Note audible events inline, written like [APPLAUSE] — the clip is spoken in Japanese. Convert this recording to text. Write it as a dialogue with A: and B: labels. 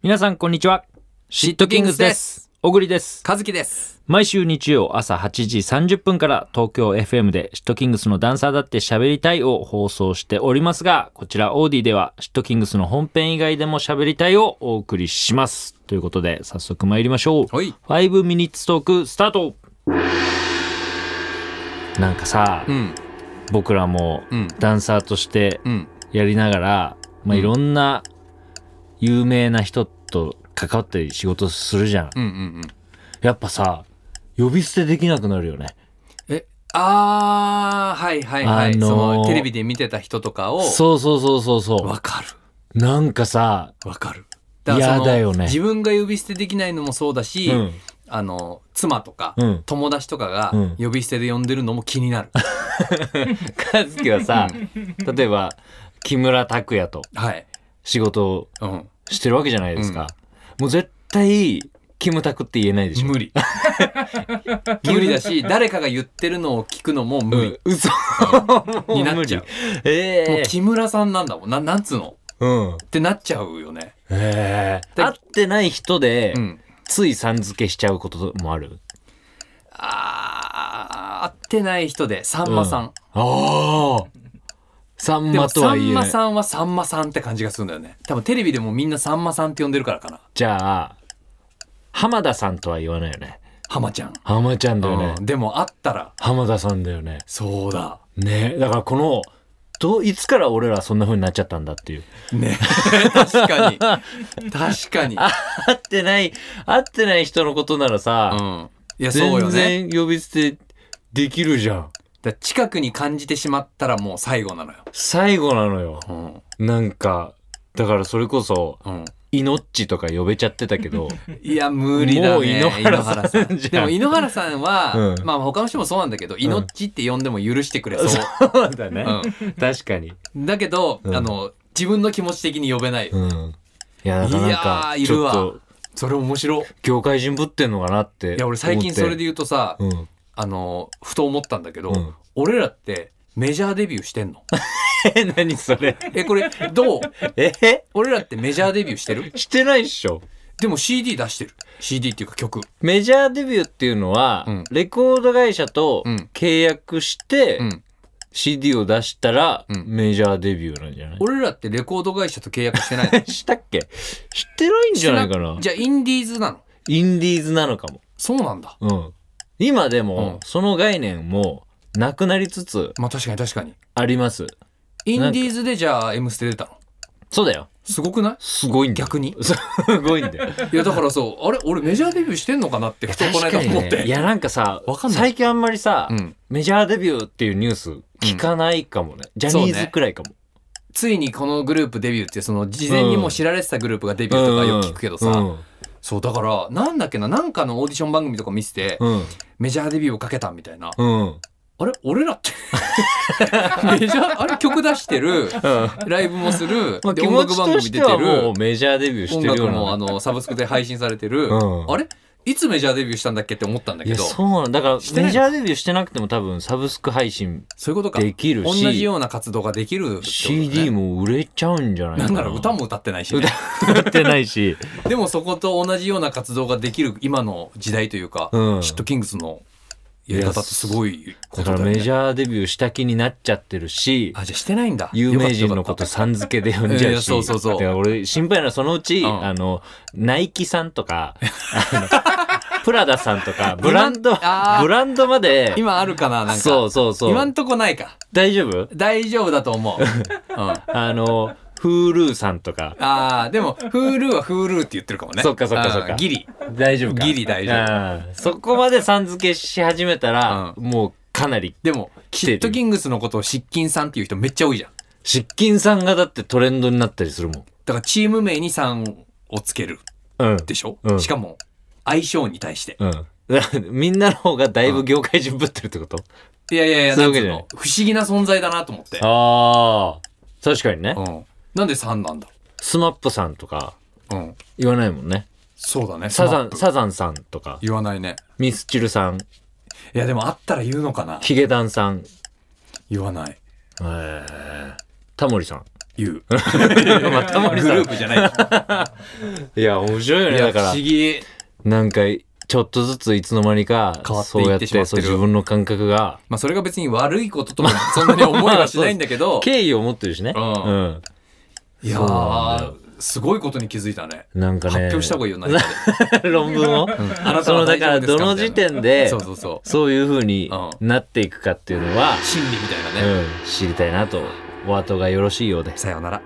A: 皆さんこんにちはシ
B: ットキングスです
A: 小栗です
B: 和樹です。
A: 毎週日曜朝8時30分から東京 FM でシットキングスのダンサーだって喋りたいを放送しておりますがこちらオーディではシットキングスの本編以外でも喋りたいをお送りしますということで早速参りましょう
B: はい
A: 5ミニッツトークスタートなんかさ、
B: うん。
A: 僕らも
B: うん
A: ダンサーとして
B: うん。
A: やりながら、まあ、いろんな有名な人と関わって仕事するじゃん。
B: うんうんうん。
A: やっぱさ、呼び捨てできなくなるよね。
B: え、あー、はいはいはい。
A: あのー
B: そのテレビで見てた人とかを、
A: そうそうそうそうそ
B: わかる。
A: う。なんかさ、
B: わかる。からその
A: 嫌だよね
B: 自分が呼び捨てできないのもそうだし、
A: うん
B: あの、妻とか、
A: うん
B: 友達とかが
A: うん
B: 呼び捨てで呼んでるのも気
A: [LAUGHS]
B: になる。
A: 和樹はさ、例えば木村拓哉と
B: はい。
A: 仕事を
B: うん。
A: してるわけじゃないですか。もう絶対、キムタクって言えないでしょ。[LAUGHS]
B: 無理。無理だし、誰かが言ってるのを聞くのも無理。
A: うん嘘
B: になっちゃう。
A: え
B: もう
A: え
B: 木村さんなんだもん。ななんつうの
A: うん。
B: ってなっちゃうよね。
A: ええ
B: で
A: 会ってない人で、
B: うん。
A: ついさん付けしちゃうこともある。
B: あー会ってない人でさんまさん、
A: ああ。さん
B: でも
A: まと
B: さ
A: は言
B: ん
A: えな
B: ま
A: い。
B: さんはさんまさんって感じがするんだよね多分テレビでもみんなさんまさんって呼んでるからかな
A: じゃあ、浜田さんとは言わないよね。
B: 浜ちゃん、
A: 浜ちゃんだよね。
B: うんでも会ったら
A: 浜田さんだよね。
B: そうだ
A: ねだからこの、どういつから俺らそんな風になっちゃったんだっていう。 [LAUGHS]
B: ね確かに確かに、
A: 会ってない、会ってない人のことなら
B: う
A: さ、
B: ん、いやそうよね
A: 全然呼び捨てできるじゃん。
B: だ近くに感じてしまったらもう最後なのよ、
A: 最後なのよ。
B: うん
A: なんか、だからそれこそ、
B: うん、
A: イノッチとか呼べちゃってたけど、
B: いや無理だね
A: もう井ノ原さん
B: 井ノ原
A: じゃん
B: でも井ノ原さんは、
A: うん
B: まあ他の人もそうなんだけど「いのっち」って呼んでも許してくれそう、
A: [LAUGHS] そうだね
B: うん
A: 確かに。
B: だけど、
A: うん
B: あの自分の気持ち的に呼べない、
A: うん。いや、だからなんか、
B: いやー
A: ちょっ
B: いる
A: と
B: わ、それ面白い
A: 業界人ぶってんのかなって。
B: いや俺最近それで
A: で。
B: 言うとさ、
A: うん。 [LAUGHS]
B: あのふと思ったんだけど、
A: うん
B: 俺らってメジャーデビューしてんの
A: え、何それ。
B: えこれどう
A: え
B: 俺らってメジャーデビューしてる
A: してないっしょ。
B: でも CD 出してる CD っていうか曲
A: メジャーデビューっていうのは、
B: うん
A: レコード会社と
B: うん
A: 契約して、
B: うん
A: CD を出したら、
B: うん
A: メジャーデビューなんじゃない
B: 俺らってレコード会社と契約し
A: [LAUGHS]
B: てないの
A: したっけしてないんじゃないかな
B: じゃあインディーズなの
A: インディーズなのかも。
B: そうなんだ
A: うん。今でも、
B: うん
A: その概念もなくなりつつ
B: まあ確かに確かに
A: あります。
B: インディーズでじゃあ「M ステ」出たの
A: そうだよ。
B: すごくない
A: すごいんだよ。
B: 逆に
A: [LAUGHS] すごいんだよ。
B: いやだからそうあれ俺メジャーデビューしてんのかなってふとこの間思って、
A: いやなんかさ
B: わかんない
A: 最近あんまりさ、
B: うん
A: メジャーデビューっていうニュース聞かないかもね、ジャニーズくらいかも、
B: ついにこのグループデビューってその事前にもう知られてたグループがデビューとかよく聞くけどさ、そうだからなんだっけななんかのオーディション番組とか見せて、
A: うんうん
B: メジャーデビューをかけたみたいな、
A: うん
B: [LAUGHS]
A: うん
B: あれ俺らってメジャーあれ曲出してるライブもす [LAUGHS] る、
A: まあ、
B: で
A: 気
B: 音
A: 持
B: 楽
A: ち
B: 番
A: と
B: 組
A: し
B: 出
A: て
B: て
A: はもう
B: る
A: メジャーデビューし
B: 音
A: てる
B: 楽
A: よう
B: も
A: な
B: あのサブスクで配信されてる、
A: うん
B: あれいつメジャーデビューしたんだっけって思ったんだ
A: い
B: け
A: や
B: ど
A: そうなんだから
B: してないの
A: メジャーデビューしてなくても多分サブスク配信
B: そういうことか
A: できる
B: 同
A: し
B: じような活動ができるってことね
A: CD も売れちゃうんじゃないか
B: な
A: なん
B: なら歌も歌ってないし、ね、
A: 歌ってないし
B: でもそこと同じような活動ができる今の時代というか、
A: うん
B: シットキングスのやり方ってすごいこ
A: だ
B: と
A: か
B: だ
A: ら
B: よね。
A: メジャーデビューした気になっちゃってるし
B: あじゃあしてないんだ。
A: 有名人のこと
B: よかっ
A: さん付けで呼んじゃ
B: いうや
A: し。
B: そうそうそう
A: だから俺心配なのはそのうち、
B: うん
A: あの、ナイキさんとか、あのプ [LAUGHS] ラダさんとか、ブランド、ブ
B: あー
A: ランドまで
B: た。、今あるかななんか。
A: そうそうそ
B: 今
A: う。
B: んとこないか。
A: 大丈夫
B: 大丈夫だと思
A: [LAUGHS]
B: う。うん、あ
A: あの、フールーさんとか、
B: あーでも Hulu は Hulu って言ってるかもね。
A: そっかそっかそっか
B: うんギリ。
A: 大丈夫か
B: ギリ大丈
A: 夫。うんそこまでさん付けし始めたら、
B: う
A: もうかなり、
B: でも
A: 来
B: シ
A: てる
B: ットキングスのことを失禁さんっていう人めっちゃ多いじゃん。
A: 失禁さんがだってトレンドになったりするもん。
B: だからチーム名にさんをつける
A: うん。
B: でしょ、
A: うん
B: しかも相性に対して。
A: うん。だからみんな [LAUGHS] の方がだいぶ業界人ぶってるってこと、
B: いやいやいや、
A: そうい
B: な
A: うんわ
B: つ
A: け
B: う
A: じゃない
B: の不思議な存在だなと思って。
A: ああ。確かにね。
B: うん。なんで3なんだ
A: スマップさんとか
B: うん。
A: 言わないもんね。
B: そうだね。
A: サザ
B: スマッ
A: ン、
B: プ
A: サザンさんとか、
B: 言わないね。
A: ミスチルさん、
B: いや、でもあったら言うのかな
A: ヒゲダンさん、
B: 言わない。
A: えータモリさん。
B: 言う。
A: [LAUGHS] また森さん
B: グループじゃない。
A: いや、面白いよね、
B: いや
A: だ
B: 不
A: から
B: 思。議。
A: なんか、ちょっとずついつの間にか、
B: 変わって
A: そうや
B: い
A: っ
B: っててしまっ
A: そ
B: てる
A: う自分の感覚が、
B: まあそれが別に悪いことともそんなに思いはしないんだ
A: [LAUGHS]
B: けど、
A: 敬意を持ってるしね。
B: うん
A: うん。
B: いや
A: そうなんだよ
B: ー、すごいことに気づいたね。
A: なんか
B: 発
A: ね、
B: 表した方がいいよ、何か
A: [LAUGHS]
B: で。
A: 論文を。
B: あなた
A: その
B: は
A: だ
B: 大
A: か
B: 丈夫
A: ら
B: です
A: ど
B: か
A: の
B: みたい
A: 時
B: な
A: 点で
B: そうそうそう。
A: そういうふうに
B: う
A: なっていくかっていうのは、
B: 心理みたいな
A: う
B: ね。
A: ん、知りたいなとお後がよろしいようです。
B: さようなら。